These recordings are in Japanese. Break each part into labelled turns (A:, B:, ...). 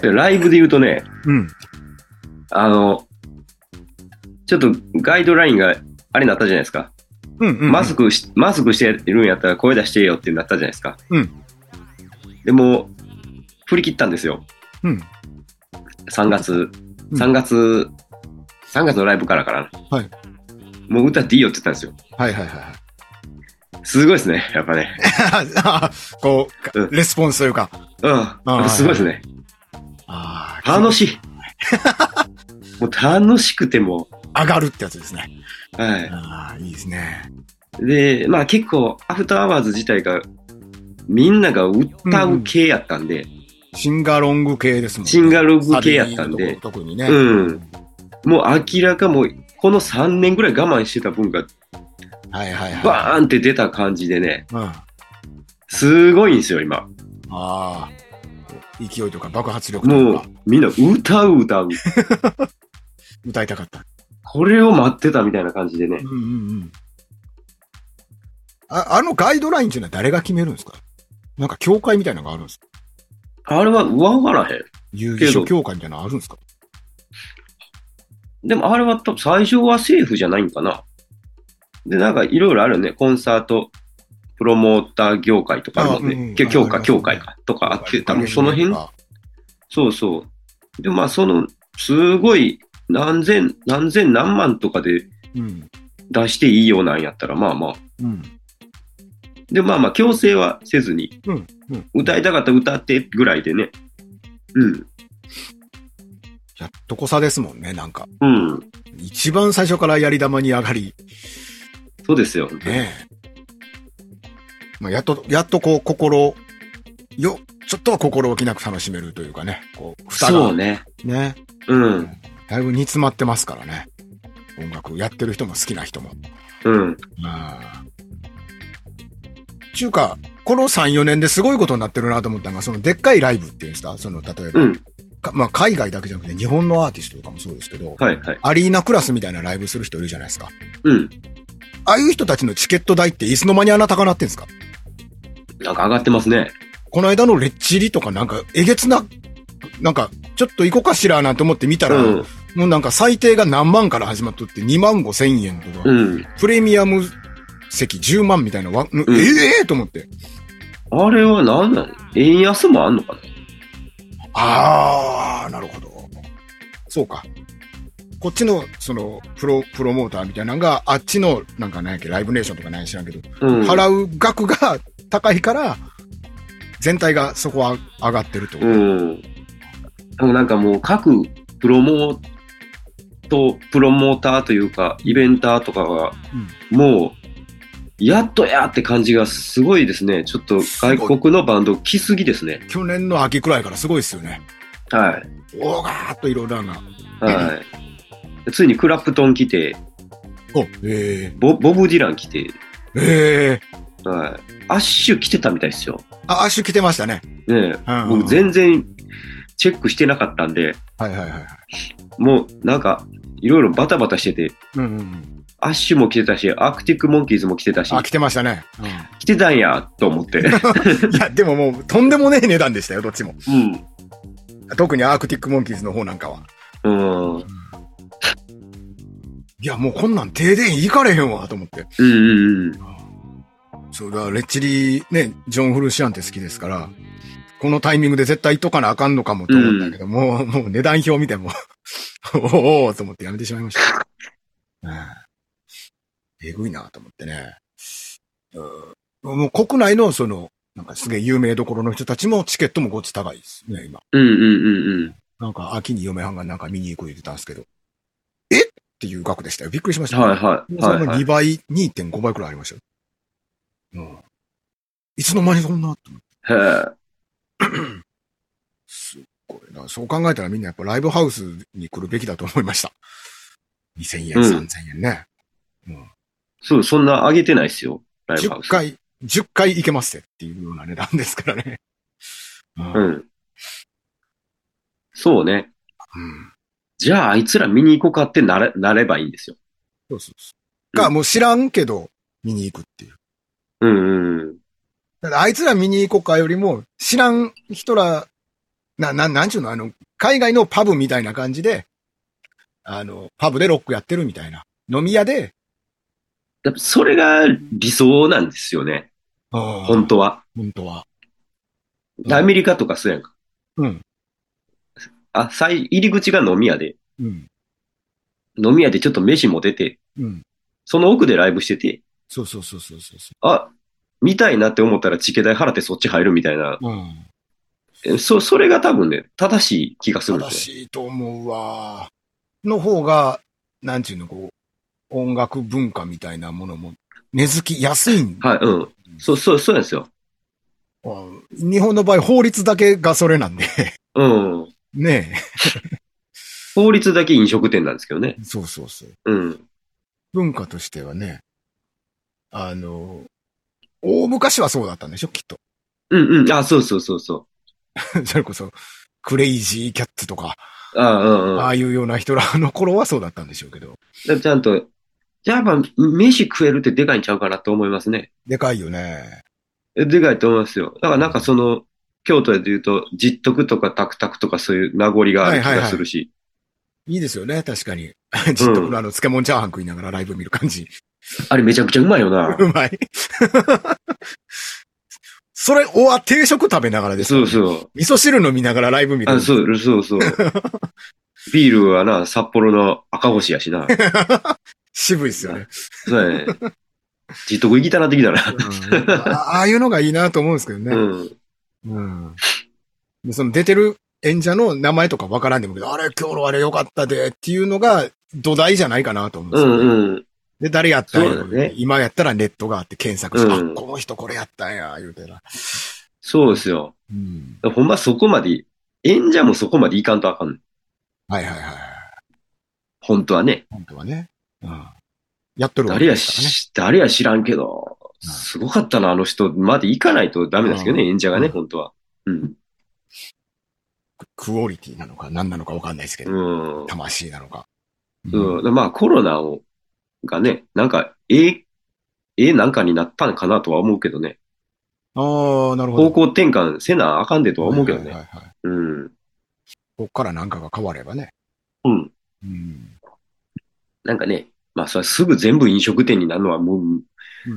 A: でライブで言うとね、
B: うん。
A: あの、ちょっとガイドラインがあれになったじゃないですか。
B: うん、うん。
A: マスクし、マスクしてるんやったら声出してよってなったじゃないですか。
B: うん
A: でも、振り切ったんですよ。
B: うん。
A: 3月、
B: うん
A: 3月、3月のライブからからな。
B: はい
A: もう歌っていいよって言ったんですよ。
B: はいはいはいはい。
A: すごいですね、やっぱね。
B: あ こう、
A: うん
B: レスポンスというか。
A: うん。やっぱすごいですね。
B: あー
A: 楽しい。 もう楽しくても。
B: 上がるってやつですね。
A: は
B: ああ、いいですね。
A: い。で、まあ結構、アフターアワーズ自体が、みんなが歌う系やったんで、
B: シンガロング系ですもんね。
A: シンガロング系やったんで
B: サビのとこ特にね。
A: うんもう明らかもう、この3年ぐらい我慢してた分が、
B: はいはいはい。
A: バーンって出た感じでね、
B: うん。あ
A: すごいんですよ、今。
B: あー。勢いとか爆発力
A: も
B: と
A: う
B: か、
A: みんな歌う歌う。
B: 歌いたかった。
A: これを待ってたみたいな感じでね
B: うん。うんうん。ああのガイドラインっていうのは誰が決めるんですかなんか協会みたいなのがあるんですか
A: あれは、わからへん。
B: 遊戯書協会みたいなのあるんですか
A: でもあれは多分最初は政府じゃないんかな。で、なんかいろいろあるよね。コンサート、プロモーター業界とかあるもん
B: あうんうん
A: ね。きょ協
B: あ
A: 会、
B: りますね
A: 協会か。とかあって、多分その辺、そうそう。で、まあその、すごい何千、何千何万とかで
B: うん。
A: 出していいようなんやったら、まあまあ。
B: うん。
A: で、まあまあ、強制はせずに、
B: うん。うん。
A: 歌いたかったら歌ってぐらいでね。うん。
B: やっとこさですもんね、なんか。
A: うん。
B: 一番最初からやり玉に上がり、
A: そうですよ。
B: ねえ。まあ、やっと、やっとこう、心を、よ、ちょっとは心置きなく楽しめるというかね、こう、蓋が。
A: そうね。
B: ね。
A: うん。
B: だいぶ煮詰まってますからね。音楽やってる人も好きな人も。
A: うん。
B: まあ。ちゅうか、この3、4年ですごいことになってるなと思ったのが、そのでっかいライブっていうんですかその、例えば、
A: うん。
B: かまあ、海外だけじゃなくて日本のアーティストとかもそうですけど、
A: はいはい。
B: アリーナクラスみたいなライブする人いるじゃないですか。
A: うん。
B: ああいう人たちのチケット代っていつの間にあなたかなってんですか
A: なんか上がってますね。
B: この間のレッチリとかなんか、えげつな、なんか、ちょっと行こうかしらなんて思って見た
A: う
B: ら、
A: ん。
B: もうなんか最低が何万から始まっとって2万5千円とか、
A: うん。
B: プレミアム席10万みたいなわ、え
A: ん
B: えと思って。
A: あれは何なの円安もあんのかな
B: あー、なるほど。そうか。こっちの、その、プロ、プロモーターみたいなのが、あっちの、なんか何やっけ、ライブネーションとか何や知らんけど、
A: うん。
B: 払う額が高いから、全体がそこは上がってると。
A: うん。でもなんかもう各プロモート、プロモーターというか、イベンターとかが、もう、やっとやって感じがすごいですね。ちょっと外国のバンド来すぎですね。
B: 去年の秋くらいからすごいですよね。
A: は
B: おーがーっといろいろなのが。
A: い。はい。ついにクラプトン来て、
B: お、え
A: ボボブ・ディラン来て、
B: ー、えー。
A: はい。アッシュ来てたみたいですよ。
B: あ、アッシュ来てましたね。
A: ねえ
B: うん
A: 僕全然チェックしてなかったんで、
B: はいはいはい。
A: もうなんか、いろいろバタバタしてて、
B: うんうんうん。
A: アッシュも来てたし、アークティックモンキーズも来てたし、
B: あ、来てましたね。
A: 来てたんやと思って。
B: いや、でももう、とんでもねえ値段でしたよ、どっちも。
A: うん。
B: 特にアークティックモンキーズの方なんかは。
A: うん。うん
B: いや、もうこんなん停電行かれへんわ、と思って。
A: うんうん。
B: そうだ、レッチリ、ね、ジョン・フルシアンって好きですから、このタイミングで絶対行っとかなあかんのかもと思ったけど、もう、もう値段表見ても、 おーおーと思ってやめてしまいました。うんえぐいなと思ってね。うんもう国内のその、なんかすげえ有名どころの人たちもチケットもごっち高いですね、今。
A: うんうんうんうん。
B: なんか秋に嫁はんがなんか見に行く言ってたんですけど、えっていう額でしたよ。びっくりしました。
A: はいはい。
B: そ
A: はい
B: れも
A: は
B: 2
A: い、
B: 倍、2.5倍くらいありましたよ。うん。いつの間にそんな、
A: へえ
B: すっごいな。そう考えたらみんなやっぱライブハウスに来るべきだと思いました。2000円、
A: うん
B: 3000円ね。
A: そう、そんな上げてないっすよ。ライブハ
B: 10
A: ウス。
B: 回、10回行けますってっていうような値段ですからね。う
A: う
B: ん。うん
A: ん。そうね。じゃあ、あいつら見に行こうかってなれなればいいんですよ。
B: そうそうそう。か、もう知らんけど、見に行くっていう。
A: うんうんうん。
B: だからあいつら見に行こうかよりも、知らん人らな、な、なんちゅうの、あの、海外のパブみたいな感じで、あの、パブでロックやってるみたいな。飲み屋で、
A: やっぱそれが理想なんですよね。
B: 本
A: 本当は。
B: 本当は。うん
A: アメリカとかそうやんか。
B: うん。
A: あ、最、入り口が飲み屋で、
B: うん。
A: 飲み屋でちょっと飯も出て、
B: うん。
A: その奥でライブしてて、
B: そうそうそうそうそうそ
A: あ、見たいなって思ったらチケ代払ってそっち入るみたいな。
B: う。うん。
A: えそ、それが多分ね、正しい気がするんで
B: 正
A: すよ。
B: しいと思うわ。の方が、なんちゅうの、こう、音楽文化みたいなものも根付きやすいん
A: はい、うん。そう、そう、そうなんですよ。
B: うん日本の場合、法律だけがそれなんで。
A: うん。
B: ね
A: 法律だけ飲食店なんですけどね。
B: え。そうそうそう。
A: うん。
B: 文化としてはね、あの、大昔はそうだったんでしょ、きっと。
A: うんうん。あ、そうそうそうそ
B: それこそ、クレイジーキャッツとか、
A: う。あうんうん
B: ああいうような人らの頃はそうだったんでしょうけど。
A: だからちゃんと、やっぱ飯食えるってでかいんちゃうかなと思いますね。
B: でかいよね。
A: えでかいと思いますよ。だからなんかその、京都で言うと、実徳とかタクタクとかそういう名残がある気がするし。
B: いいですよね、確かに。 ちょっと、あの、漬物チャーハン食いながらライブ見る感じ。
A: あれめちゃくちゃうまいよな。
B: うまい。 それ、おわ、定食食べながらです。
A: そうそう。
B: 味噌汁飲みながらライブ見る
A: あ、。そう、そう そう。ビールはな、札幌の赤星やしな。
B: 渋いですよね。
A: そうやね。実徳行きたなってきたな。
B: うんあああいうのがいいなと思うんですけど
A: う
B: ね。
A: ん。
B: うん。でその出てる演者の名前とかわからんでもいいけど、あれ今日のあれ良かったでっていうのが土台じゃないかなと思うんで
A: う
B: すよ
A: ん
B: ね
A: うん。
B: で、誰やったんや
A: そうだね
B: 今やったらネットがあって検索して、
A: うん
B: あ、この人これやったんや、言うてな。
A: そうですよ。
B: うん。
A: ほんまそこまで、演者もそこまでいかんとあかんねん。
B: はいはいはい。
A: 本当はね。
B: 本当はね。うん。やっとるわけ
A: 誰や
B: ですからね。
A: し、誰や知らんけど、
B: うん
A: すごかったな、あの人まで行かないとダメなんですけどね、演者がね、
B: うん
A: 本当は。うん。
B: クオリティなのか何なのかわかんないですけど、
A: うん。
B: 魂なのか。
A: うん、まあコロナを、がね、なんか、ええ、ええなんかになったんかなとは思うけどね。
B: ああ、なるほど。
A: 方向転換せなあかんでとは思うけど
B: はい
A: ね。
B: はいはいはい
A: うん。
B: こっから何かが変わればね。
A: うん。
B: うん。
A: なんかね、まあそれはすぐ全部飲食店になるのはもう、
B: うん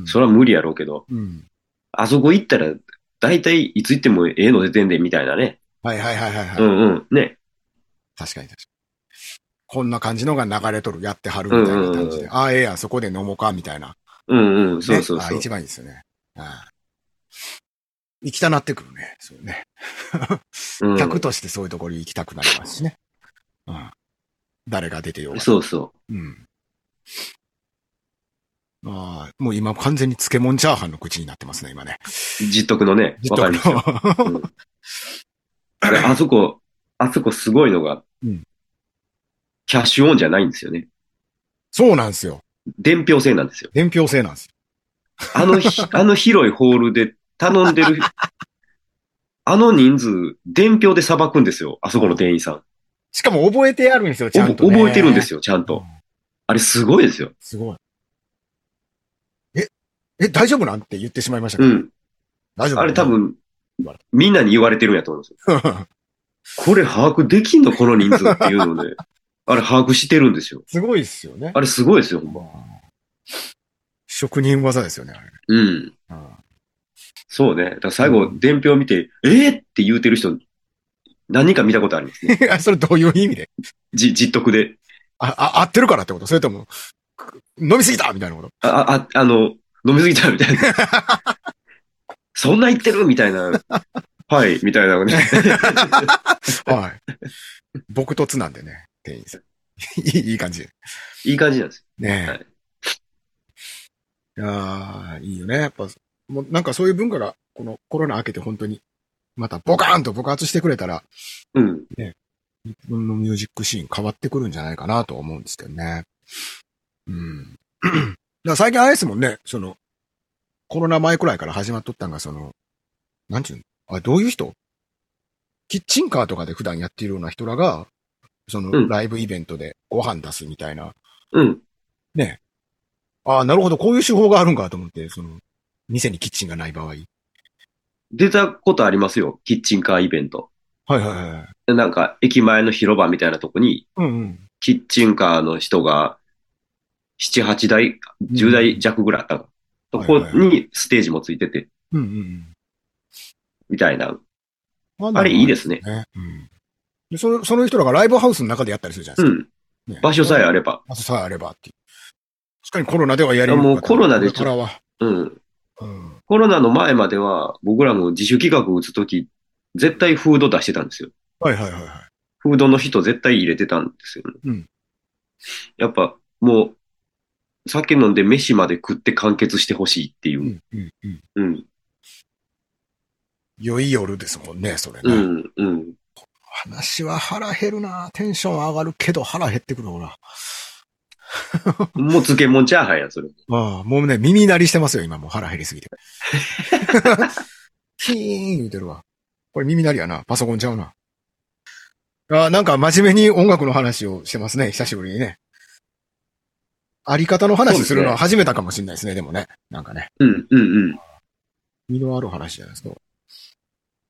A: それは無理やろうけど、
B: うん。
A: あそこ行ったら、大体いつ行ってもええの出てんで、みたいなね。
B: はいはいはいはい、はい
A: うんうん。ね。
B: 確かに確かに。こんな感じのが流れとる、やってはるみたいな感じで。
A: うんうんうん
B: ああ、ええやん、そこで飲もうか、みたいな。
A: うんうん。そう
B: ね
A: そう
B: ああ
A: そう。
B: 一番いいですよね。ああ行きたなってくるね。そうね。
A: うん
B: 客としてそういうところに行きたくなりますしね。うん。誰が出てようが。
A: そうそう。
B: うん。ああ、もう今完全に漬物チャーハンの口になってますね、今ね。
A: 実得のね、わかりますよ。
B: の。
A: あれあそこ、あそこすごいのが、
B: うん
A: キャッシュオンじゃないんですよね。
B: そうなんですよ。
A: 伝票制なんですよ。
B: 伝票制なんですよ。
A: あの ひ、あの広いホールで頼んでる、あの人数、伝票で裁くんですよ。あそこの店員さん。
B: しかも覚えてあるんですよ、ちゃんと、
A: おぼ覚えてるんです
B: よ。
A: よ、ちゃんと。あれすごいですよ。
B: すごい。え、え、大丈夫なんて言ってしまいましたけ
A: う
B: ど、
A: ん。
B: 大丈夫
A: あれ多。分
B: 言われ、
A: みんなに言われてるんやと思うんですよ。これ把握できんのこの人数っていうの で。あれ把握してるんですよ。
B: すごいですよね。
A: あれすごいですよ、ほんま。
B: 職人技ですよね、あれ。
A: うん。
B: うん
A: そうね。だから最後、伝票見て、えー、って言うてる人、何人か見たことあります ね。
B: いやそれどういう意味で
A: じ、実得で。
B: あ、あ、合ってるからってことそれとも、く飲みすぎたみたいなこと
A: あ、あ、あの、飲みすぎたみ たいな。そんな言ってるみたいな。はい、みたいな ね。
B: はい。僕突なんでね、店員さん。 いいいい感じ。
A: いい感じなんです
B: ねえ。いやーいいよね。やっぱ、もうなんかそういう文化が、このコロナ明けて本当に、またボカーンと爆発してくれたら、
A: よ。うん。
B: 日本のミュージックシーン変わってくるんじゃないかなと思うんですけどね。うん。だから最近あれですもんね、その、コロナ前くらいから始まっとったんが、その、なんちゅうのあ、どういう人キッチンカーとかで普段やっているような人らが、そ
A: うん
B: の、ライブイベントでご飯出すみたいな。
A: うん。
B: ああ、なるほど、こういう手法があるんかと思って、その、店にキッチンがない場合。
A: 出たことありますよ。キッチンカーイベント。
B: はいはいはい。
A: でなんか駅前の広場みたいなとこに、
B: うんうん。
A: キッチンカーの人が、7、8台、10台弱ぐらいあったの。
B: ん
A: そこ
B: はいはい
A: にステージもついてて、
B: うんうん
A: みたいな。
B: うん。
A: あれいいですすね。
B: ね。うん。で、その、その人らがライブハウスの中でやったりするじゃな
A: う
B: いですか。
A: ん。
B: ね
A: 場所さえあれば。
B: 場所さえあればっていう。確かにコロナではやりにく
A: いやもう
B: かった
A: コロナでちょ
B: これからは。
A: うん。
B: うん。
A: コロナの前までは、僕らも自主企画打つとき、絶対フード出してたんですよ。
B: はいはいはいはい。
A: フードの人絶対入れてたんですよね。
B: うん
A: やっぱ、もう、酒飲んで飯まで食って完結してほしいっていうう。
B: んうんうん。
A: うん。
B: 良い夜ですもんね、それね。
A: うん。うん。
B: 話は腹減るなテンション上がるけど腹減ってくるほら。あ
A: もう漬物チャーハンや、それ。
B: あ、もうね、耳鳴りしてますよ、今もう腹減りす ぎて。キーン言うてるわ。これ耳鳴りやな。パソコンちゃうな。ああ、なんか真面目に音楽の話をしてますね、久しぶりにね。あり方の話するのは初めたかもしれないですね、でもね。なんかね。
A: うん、うん、うん。
B: 身のある話じゃないですか。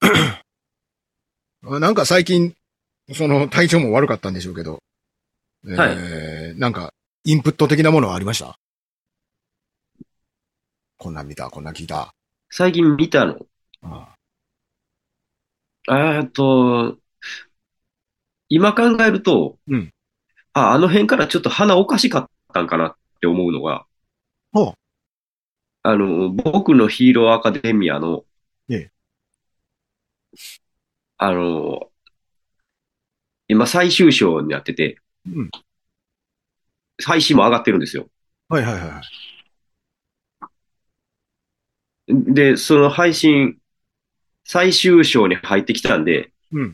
B: あなんか最近、その体調も悪かったんでしょうけど、えーなんかインプット的なものはありましたこんなん見た、こんなん聞いた。
A: 最近見たの。
B: あ
A: えーっと、今考えると、
B: うん
A: あ、あの辺からちょっと鼻おかしかったんかなって思うのが、
B: ほう
A: あの、僕のヒーローアカデミアの、
B: ええ
A: あの、今最終章になってて、
B: うん
A: 配信も上がってるんですよ。
B: はいはいはい。
A: で、その配信、最終章に入ってきたんで、
B: うん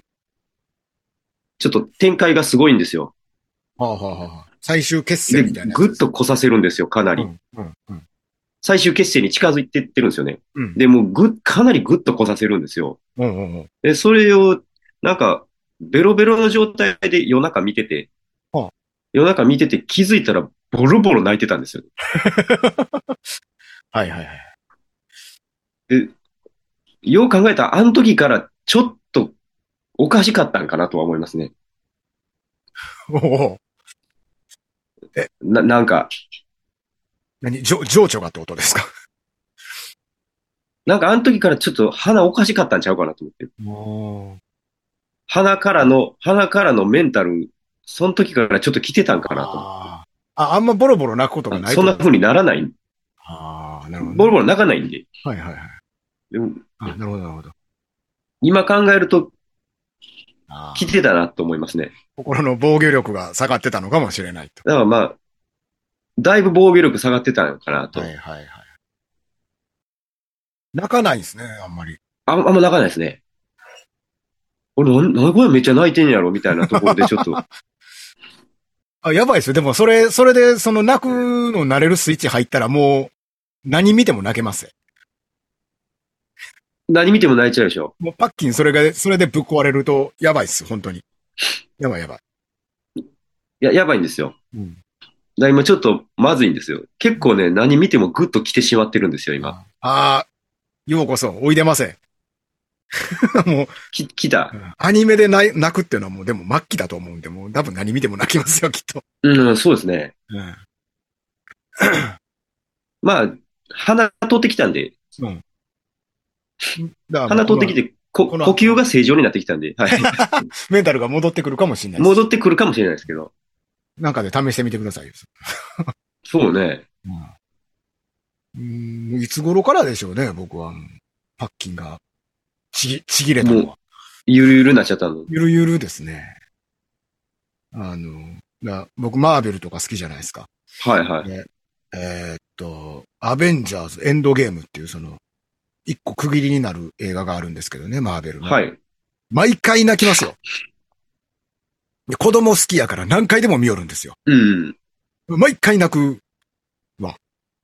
A: ちょっと展開がすごいんですよ。
B: はあ、はあはあ、最終決
A: で、
B: 戦みたいな
A: ぐ
B: や
A: っ
B: つです。
A: と来させるんですよ、かなり。
B: うんうん
A: 最終決戦に近づいてってるんですよね。
B: うん
A: で、もうぐ、かなりぐっと来させるんですよ。
B: うんうんうんうん
A: で、それを、なんか、ベロベロの状態で夜中見てて
B: はあ、
A: 夜中見てて気づいたらボロボロ泣いてたんですよ。
B: はいはいはい。
A: よう考えたら、あの時からちょっとおかしかったんかなとは思いますね。
B: おお
A: な、なんか、
B: 何情情緒がってことですか
A: なんかあの時からちょっと鼻おかしかったんちゃうかなと思って。
B: お
A: 鼻からの、鼻からのメンタル、その時からちょっと来てたんかなと思って
B: あーあ、あんまボロボロ泣くことがない
A: そんな風
B: に。
A: にならない。
B: ああ、なるほど、
A: ボロボロ泣かないんで。
B: はいはいはい。
A: でも
B: あなるほどなるほど。
A: 今考えると
B: あー
A: 来てたなと思いますね。
B: 心の防御力が下がってたのかもしれないと。
A: だからまあ、だいぶ防御力下がってたのかなと。
B: はいはいはい。泣かないですね、あんまり。
A: あんあんま泣かないですね。俺、なんなんでこれめっちゃ泣いてんやろみたいなところでち ょっと。
B: あ、やばいですよ。でも、それ、それで、その泣くの慣れるスイッチ入ったらもう、何見ても泣けますよ。
A: 何見ても泣いちゃうでしょ。
B: もうパッキンそれが、それでぶっ壊れると、やばいっす、本当に。やばいやばい。
A: いや、やばいんですよ。
B: うん。
A: だから今ちょっとまずいんですよ。結構ね、何見てもグッと来てしまってるんですよ、今。
B: ああー、ようこそ、おいでませ。 もう、
A: き、来た。
B: アニメで泣い泣くっていうのはもう、でも末期だと思うんで、もう多分何見ても泣きますよ、きっと。
A: うん、そうですね。
B: うん。
A: まあ、鼻通ってきたんで、
B: うん。だから
A: 鼻通ってきて、こ
B: こ
A: 呼
B: の
A: 吸が正常になってきたんで、 はい。
B: メンタルが戻ってくるかもしれないです。
A: 戻ってくるかもしれないですけど。
B: なんかで試してみてくださいよ。
A: そうね。
B: うん、いつ頃からでしょうね、僕は。パッキンが、ちぎ、ちぎれたのは。
A: ゆるゆるなっちゃったの。
B: ゆるゆるですね。あの、な僕、マーベルとか好きじゃないですか。
A: はいはい。
B: えーっと、アベンジャーズエンドゲームっていう、その、一個区切りになる映画があるんですけどね、マーベルの。
A: はい。
B: 毎回泣きますよ。で子供好きやから何回でも見よるんですよ。
A: うん。
B: 毎回泣くわ。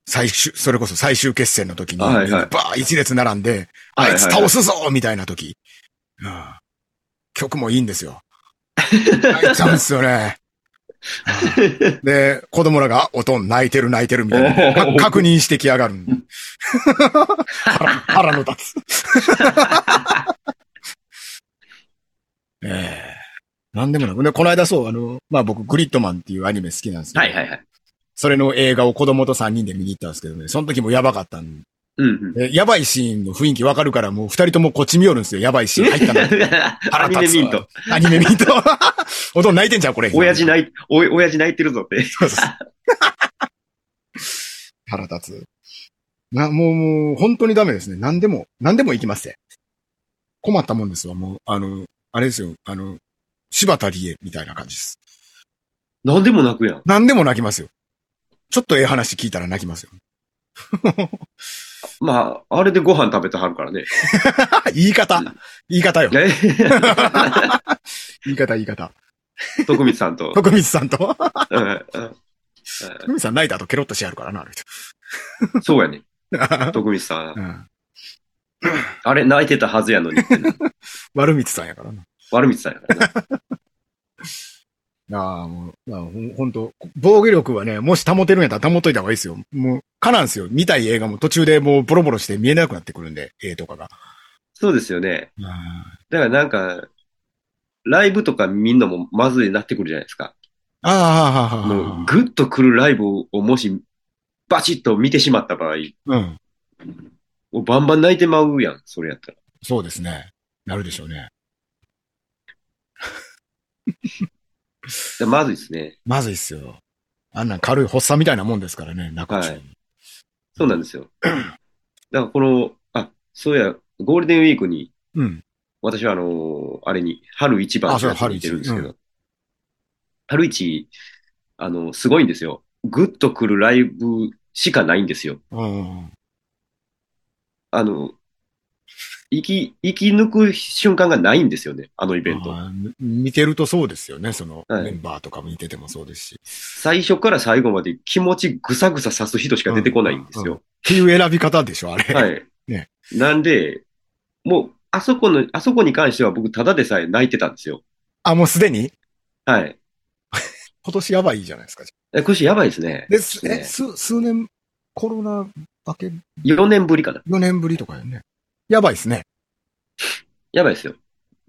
B: 最終、それこそ最終決戦の時に、
A: はいはい
B: バー一列並んで、
A: はいはい
B: あいつ倒すぞみたいな時。うん曲もいいんですよ。泣いちゃうんですよね。うんで、子供らが、あおとん泣いてる泣いてるみたいな。か 確認してきやがる。 腹腹の立つ。なんでもなく。で、この間そう、あの、まあ僕、グリッドマンっていうアニメ好きなんですけど、
A: はいはいはい。
B: それの映画を子供と3人で見に行ったんですけどね、その時もやばかったん
A: うんうん。
B: で、やばいシーンの雰囲気わかるから、もう2人ともこっち見よるんですよ、やばいシーン入っ たの。
A: アニメミント。。
B: アニメ ミント。お父さん泣いてんじゃん、これ。
A: 親父泣い、おい親父泣いてるぞ って。
B: そうそうそう腹立つ。な、もう、もう、本当にダメですね。何でも、何でも行きますね。困ったもんですわ。もう、あの、あれですよ。あの、柴田理恵みたいな感じです。
A: なんでも泣くやん。
B: 何でも泣きますよ。ちょっとええ話聞いたら泣きますよ。
A: まあ、あれでご飯食べてはるからね。
B: 言い方
A: うん。
B: 言い方よ。
A: え
B: 言い方、言い方。
A: 徳光さんと。
B: 徳光さんと、 徳
A: うんうんうん
B: 光さん泣いた後ケロッとしやるからな、あの人。
A: そうやね。徳光さん。
B: うん
A: あれ、泣いてたはずやのに。
B: 悪光さんやからな。
A: 悪光さんやからな。
B: ああ、もう、まあ、ほんほんと、防御力はね、もし保てるんやったら保っといた方がいいですよ。もう、かなんですよ。見たい映画も途中でもうボロボロして見えなくなってくるんで、絵とかが。
A: そうですよね。だからなんか、ライブとか見んのもまずいなってくるじゃないですか。
B: ああ、
A: もう、ぐっと来るライブをもし、バチッと見てしまった場合、
B: うん。
A: もうバンバン泣いてまうやん、それやったら。
B: そうですね。なるでしょうね。
A: だからまずいですね。
B: まずいっすよ。あんなん軽い発作みたいなもんですからね、中中、
A: はいそうなんですよ。 だからこの、あ、そうや、ゴールデンウィークに、
B: うん。
A: 私はあのーあれに、春一番
B: あそう
A: ってやつに行ってるんですけ
B: 春
A: ど、春一、あの、すごいんですよ。グッと来るライブしかないんですよ。
B: うん。
A: あの、生き、生き抜く瞬間がないんですよね、あのイベント。
B: ああ見てるとそうですよね。その、
A: はい
B: メンバーとか見ててもそうですし。
A: 最初から最後まで気持ちぐさぐさ刺す人しか出てこないんですよ。
B: っていう選び方でしょ、あれ。
A: はい。
B: ね
A: なんで、もう、あそこの、あそこに関しては僕、ただでさえ泣いてたんですよ。
B: あ、もうすでに
A: はい。
B: 今年やばいじゃないですか。
A: え、今年やばいですね。
B: です、
A: ね
B: え、数、数年、コロナ明け、
A: 4年ぶりかな。
B: 4年ぶりとかよね。やばいですね。
A: やばいですよ。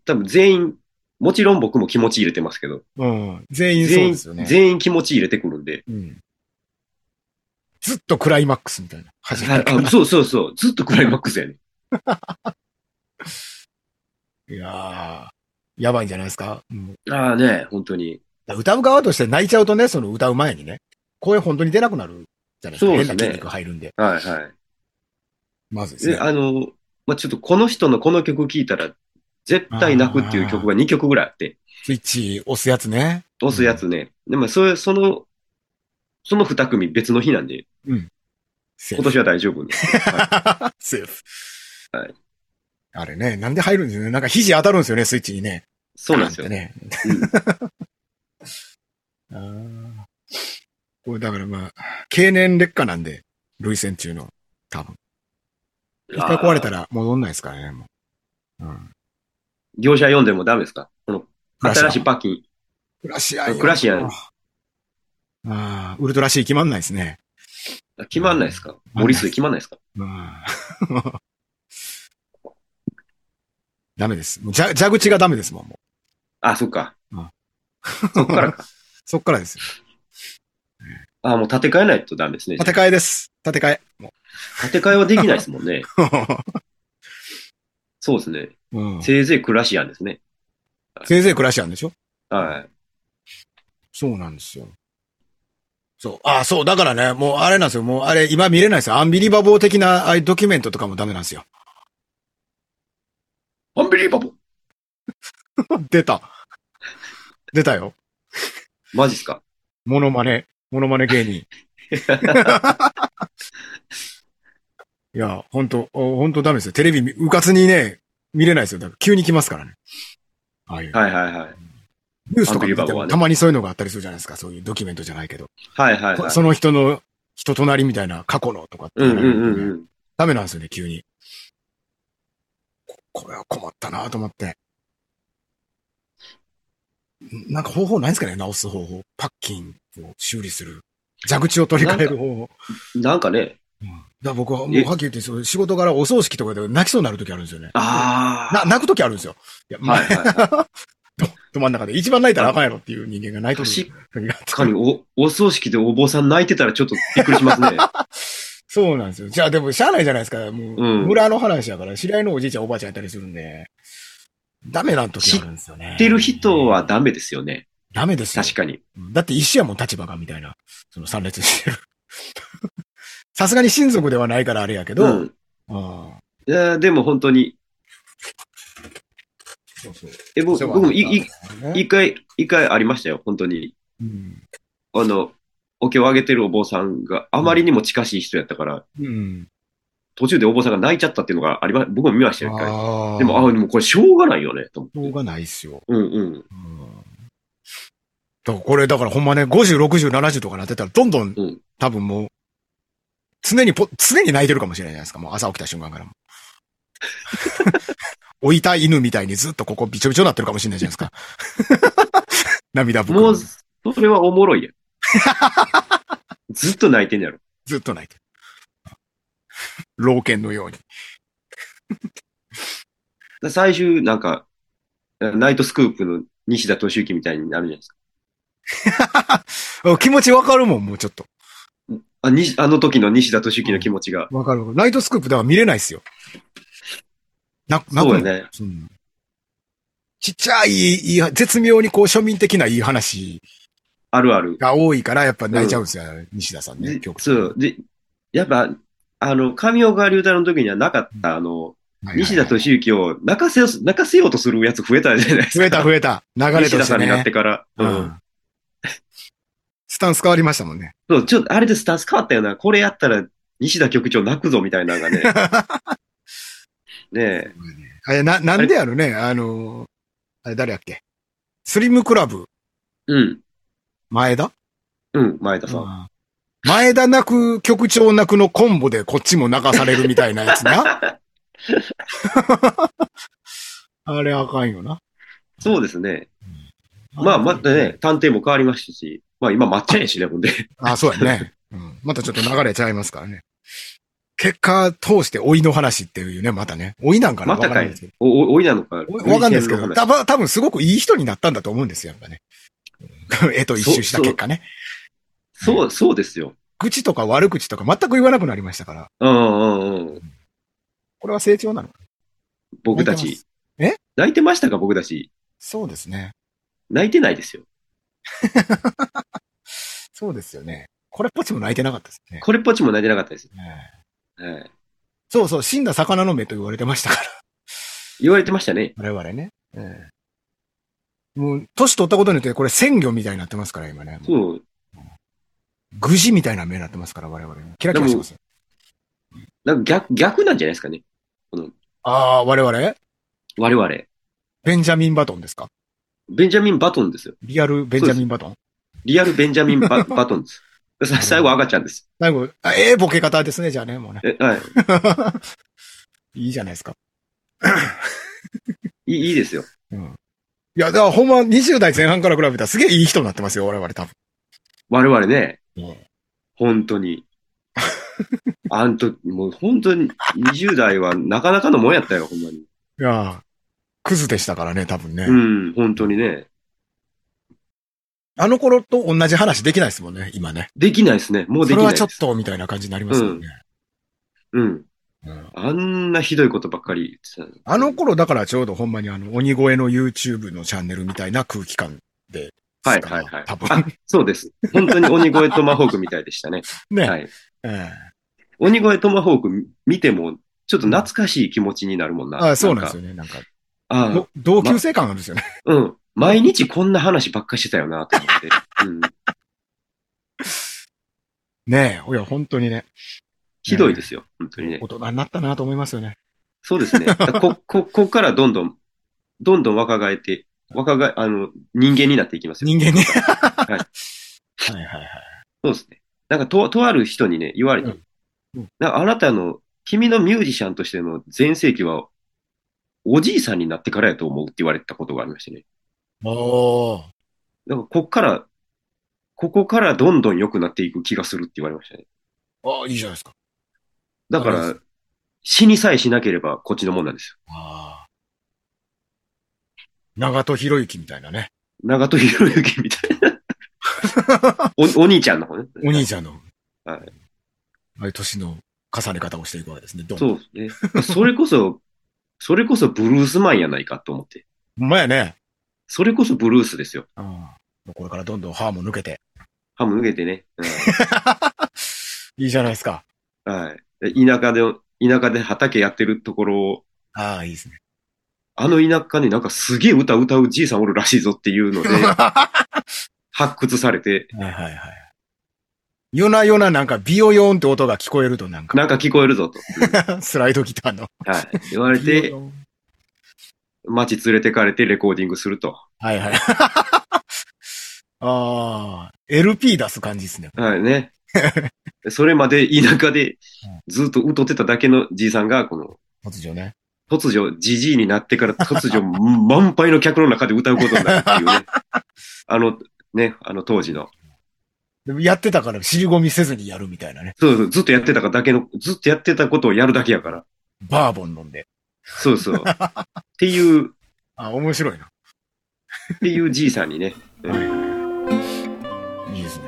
A: 多分全員、もちろん僕も気持ち入れてますけど、
B: うん。全員そう
A: 全
B: で
A: 員、
B: すよね。
A: 全員気持ち入れてくるんで。
B: うん。ずっとクライマックスみたいな。始まるから。
A: あそうそうそう、ずっとクライマックスやね。
B: いやー、やばいんじゃないですか。うん
A: ああね、本当に。
B: 歌う側として泣いちゃうとね、その歌う前にね、声本当に出なくなるじゃないですか。
A: そうで
B: 変
A: す
B: な
A: ね
B: 筋肉入るんで。
A: はいは
B: まずで
A: い。
B: すね
A: で、。あの、まあ、ちょっとこの人のこの曲聴いたら、絶対泣くっていう曲が2曲ぐらいあって、
B: スイッチ押すやつね。
A: 押すやつね。でも、それ、その、その2組別の日なんで、
B: セー
A: 今
B: フ。
A: 年は大丈夫です。は
B: セーフ。
A: はい。
B: あれね、なんで入るんですよね。なんか肘当たるんですよね、スイッチにね。
A: そうなん ですよ。
B: ガンってね。
A: うん
B: あ あ。これだからまあ、経年劣化なんで、類線中の、多分。一回壊れた
A: あー
B: ら戻んないですからね、もう。うん。
A: 業者読んでもダメですかこの
B: クラシアン
A: 新しいパッキン。
B: クラシアン。
A: クラシアン
B: ああ、ウルトラシー決まんないですね。
A: あ決まんないですか森数決まんないですか
B: まあ。 ダメです。もうじゃ蛇口がダメですもん、もう。
A: あ、そっか
B: うん。
A: そっから か。
B: そっからですよ。
A: あ、もう建て替えないとダメですね。
B: 建て替えです。建て替え。も
A: 建て替えはできないですもんね。そうですね。
B: う うん、
A: せいぜいクラシアンですね。
B: せいぜいクラシアンでしょ
A: は
B: そうなんですよ。そう。ああ、そう。だからね、もうあれなんですよ。もうあれ、今見れないですよ。アンビリバボー的な、ああいうドキュメントとかもダメなんですよ。
A: い。アンビリーバボー
B: 出た。出たよ。
A: マジっすか
B: モノマネ。モノマネ芸人。いや、ほんと、おほんとダメですよ。テレビ見、うかつにね、見れないですよ。だから急に来ますからね。ああいう。
A: はいはいはい。
B: ニュースとか見
A: アンビリバ
B: て
A: ボーは
B: も、
A: ね
B: たまにそういうのがあったりするじゃないですか。そういうドキュメントじゃないけど。
A: はいはいはい。
B: その人の人となりみたいな過去のとかって
A: う
B: い
A: んうんうんうん。
B: ダメなんですよね、急に。ここれは困ったなと思って。んなんか方法ないんですかね直す方法。パッキンを修理する。蛇口を取り替える方法。
A: なんかね、
B: うんだから僕はもう
A: え
B: はっきり言ってそう、仕事柄お葬式とかで泣きそうになる時あるんですよね。
A: あ
B: な泣く時あるんですよ。いや、
A: あ。はいはいはい。
B: どどど真ん中で、一番泣いたらあかんやろっていう人間が泣いとる
A: 確
B: 時があった
A: かにお、お葬式でお坊さん泣いてたらちょっとびっくりします ね。
B: そうなんですよ。じゃあでも、しゃあないじゃないですか。もう、
A: うん
B: 村の話やから、知り合いのおじいちゃん、おばあちゃんやったりするんで、ダメなん時あるんですよね。
A: 知ってる人はダメですよね。
B: ダメですよ。
A: 確かに。
B: だって一緒やもん、立場が、みたいな。その参列してる。さすがに親族ではないからあれやけど、
A: うん。
B: ああ
A: いやでも本当に、
B: そうそう。
A: え、ぼ
B: 世話
A: 僕もい
B: になっ
A: い
B: たんだよね
A: 一回、一回ありましたよ、本当に。
B: うん
A: あの、お経をあげてるお坊さんがあまりにも近しい人やったから、
B: うん。
A: 途中でお坊さんが泣いちゃったっていうのがありま、僕も見ましたよ、一回。
B: ああ
A: でも、あ、でもこれしょうがないよね、と思
B: しょう
A: って。
B: がないっすよ。
A: うんうん。
B: うん。だからこれ、だからほんまね、50、60、70とかなってたら、どんどん
A: うん、
B: 多分もう、常にポ、常に泣いてるかもしれないじゃないですか。もう朝起きた瞬間か らも。置いた犬みたいにずっとここびちょびちょになってるかもしれないじゃないですか。 涙袋
A: もう、
B: に
A: それはおもろい やん。ずっと泣いてんやろ。
B: ずっと泣いてる。老犬のように。
A: だ最終、なんか、ナイトスクープの西田敏行みたいになるじゃないですか。
B: 気持ちわかるもん、もうちょっと。
A: あにあの時の西田敏行の気持ちが。
B: わかる。ナイトスクープでは見れないっすよ。な、な
A: そう
B: く
A: やね。
B: うんちっちゃい、いい、絶妙にこう庶民的ないい話
A: あるある。
B: が多いから、やっぱ泣いちゃうんですよ、西田さんね、
A: で
B: 曲。
A: そう。で、やっぱ、あの、上岡龍太郎の時にはなかった、あの、
B: はいはいはい
A: 西田敏行を泣かせよう、泣かせようとするやつ増えたじゃないですか。
B: 増えた増えた。流れ
A: 西
B: と
A: 田
B: し
A: さ
B: て
A: んになっ
B: ね
A: て。から。う。
B: うんんスタンス変わりましたもんね。
A: そう、ちょっと、あれでスタンス変わったよな。これやったら、西田局長泣くぞ、みたいなのが ね。ねえ。
B: あれ、な、なんでやろね、あの、あれ誰やっけスリムクラブ、
A: うん。
B: 前田
A: うん、前田さ ん。
B: 前田泣く、局長泣くのコンボでこっちも泣かされるみたいなや つな。あれあかんよな。
A: そうですね。まあ、またね、探偵も変わりましたし、まあ今抹茶やしね、ほんで。
B: あ、そうやね。うん。またちょっと流れちゃいますからね。結果通して老いの話っていうね、またね。老いなんかな
A: ま
B: わか
A: た
B: んな
A: か
B: いで
A: い
B: すけど。
A: お、お、おいなのか。わ
B: おわかんないですけど、たぶん、多分すごくいい人になったんだと思うんですよ、やっぱね。 絵と一周した結果ね。
A: そう、そうですよ。
B: 愚痴とか悪口とか全く言わなくなりましたから、
A: うんうんうん。
B: これは成長なのか
A: 僕た
B: 泣い
A: ち
B: て。ますえ
A: 泣いてましたか、僕たち。
B: そうですね。
A: 泣いてないですよ。
B: そうですよね。これっぽっちも泣いてなかったですね。
A: これっぽっちも泣いてなかったですよ。
B: ね
A: はい
B: そうそう、死んだ魚の目と言われてましたから。
A: 言われてましたね。
B: 我々ね。ええもう、年取ったことによって、これ鮮魚みたいになってますから、今ね。
A: そう。
B: ぐじみたいな目になってますから、我々。キラキラしてますよ。
A: なんか逆、逆なんじゃないですかね。
B: ああー、我々
A: 我々。
B: ベンジャミン・バトンですか
A: ベンジャミン・バトンですよ。
B: リアルベンジャミン・バトン
A: リアルベンジャミン バ・バトンです。さ最後赤ちゃんです。
B: 最後、あええボケ方ですね、じゃあね、もう ね。
A: えはい。
B: いいじゃないですか。
A: いいいいですよ。
B: いや、だからほんま20代前半から比べたらすげえいい人になってますよ、我々多分。
A: 我々ね
B: うん。
A: 本当に。あんと、もう本当に20代はなかなかのもんやったよ、ほんまに。
B: いやークズでしたからね、多分ね。
A: うん、本当にね。
B: あの頃と同じ話できないですもんね、今ね。
A: できないですね。もう
B: そ
A: できな
B: れ
A: い
B: は
A: で
B: ちょ
A: す
B: っ。と、みたいな感じになりますよね。
A: うん。
B: うん
A: あんなひどいことばっかり言ってた。
B: あの頃だからちょうどほんまにあの、鬼越の YouTube のチャンネルみたいな空気感で。
A: はいはいはい
B: 多。
A: あ
B: 分。、
A: そうです。本当に鬼越トマホークみたいでした ね。
B: ね。
A: はい。
B: ええ
A: 鬼越トマホーク見ても、ちょっと懐かしい気持ちになるもんな。
B: あそうなんです
A: よ。
B: よね。なんか、
A: ああ
B: ど同級生感あるんですよね。
A: うん。毎日こんな話ばっかしてたよな、と思って。うん。
B: ねえ。いや、本当にね、
A: ひどいですよ、本当にね
B: 大。人になったなと思いますよね。
A: そう ですね。だからこ、こ、ここからどんどん、どんどん若返って、若返、あの、人間になっていきますよ。
B: 人間に。
A: い
B: はいはいはい。
A: そうですね。なんか、と、とある人にね、言われた
B: うんうん。
A: なんかあなたの、君のミュージシャンとしての全盛期は、おじいさんになってからやと思うって言われたことがありましてね。
B: おー。
A: だから、こっから、ここからどんどん良くなっていく気がするって言われましたね。
B: あいいじゃないですか。
A: だか
B: あれ
A: ら、死にさえしなければこっちのもんなんです
B: ああ。長戸博之みたいなね。
A: 長戸博之みたい な。おお兄ちゃんの方ね。
B: お兄ちゃんの。
A: はい
B: ああいう年の重ね方をしていくわけですね。どんどん。
A: そうですね。それこそ、 それこそブルースマンやないかと思って。
B: ほんまやね。
A: それこそブルースですよ。
B: ああこれからどんどん歯も抜けて。
A: 歯も抜けてね。
B: いいじゃないですか。
A: うんはい。で田舎で、田舎で畑やってるところを、
B: ああ、いいですね。
A: あの田舎になんかすげえ歌歌うじいさんおるらしいぞっていうの で、
B: は
A: 発掘されて、
B: いはいはい。夜な夜ななんかビヨヨンって音が聞こえるとなん
A: な
B: か、
A: んか聞こえるぞと。
B: スライドギターの。
A: はい。言われ
B: ビヨ
A: て、
B: ヨン
A: 街連れてかれてレコーディングすると。
B: はい はい。ああ、LP 出す感じですね。
A: はいね。それまで田舎でずっと歌ってただけのじいさんが、この、
B: 突如ね。
A: 突如、じじいになってから突如、満杯の客の中で歌うことになるって いうね。あの、ね、あの当時の。
B: でもやってたから尻込みせずにやるみたいなね。
A: そうそう、ずっとやってたかだけの、ずっとやってたことをやるだけやから。
B: バーボン飲んで。
A: そうそう。っていう、っ
B: あ、面白いな。
A: ていうじいさんにね。
B: はい。いいですね。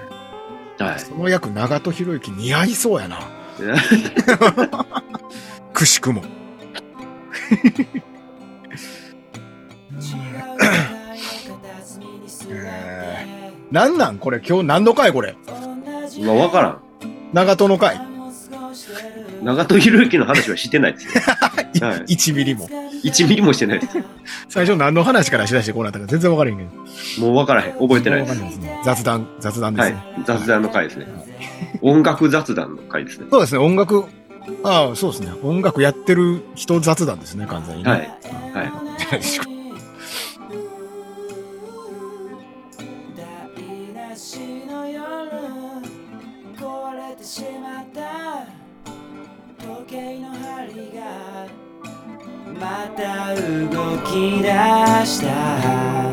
A: は
B: その役、長戸博之似合いそうやな。
A: い。
B: くしくも。
C: え
B: なんなんこれ、今日何の回これ。
C: ー、
A: ま
C: ま
A: あ、
C: あ、
A: わ
C: わ
A: か
C: からら
A: ん。
B: 長戸の回。
C: ん。
A: 長戸博之の話はしてないですよ。
B: い
A: はい
B: 1ミリも。
C: 1ミリもしてないです。
B: 最初何の話からしだしてこうなったか全然わからへんけど。
A: もうわからへん。覚えてないで
B: わか
A: す
B: ん。ないですね。雑談、雑談で
A: は
B: す
A: い
B: ね。。
A: 雑談の回ですね。音楽雑談の回ですね。
B: そうですね、音楽、ああ、そうですね。音楽やってる人雑談ですね、完全にね。
A: はい
C: はい。壊れてしまった時計の針がまた動き出した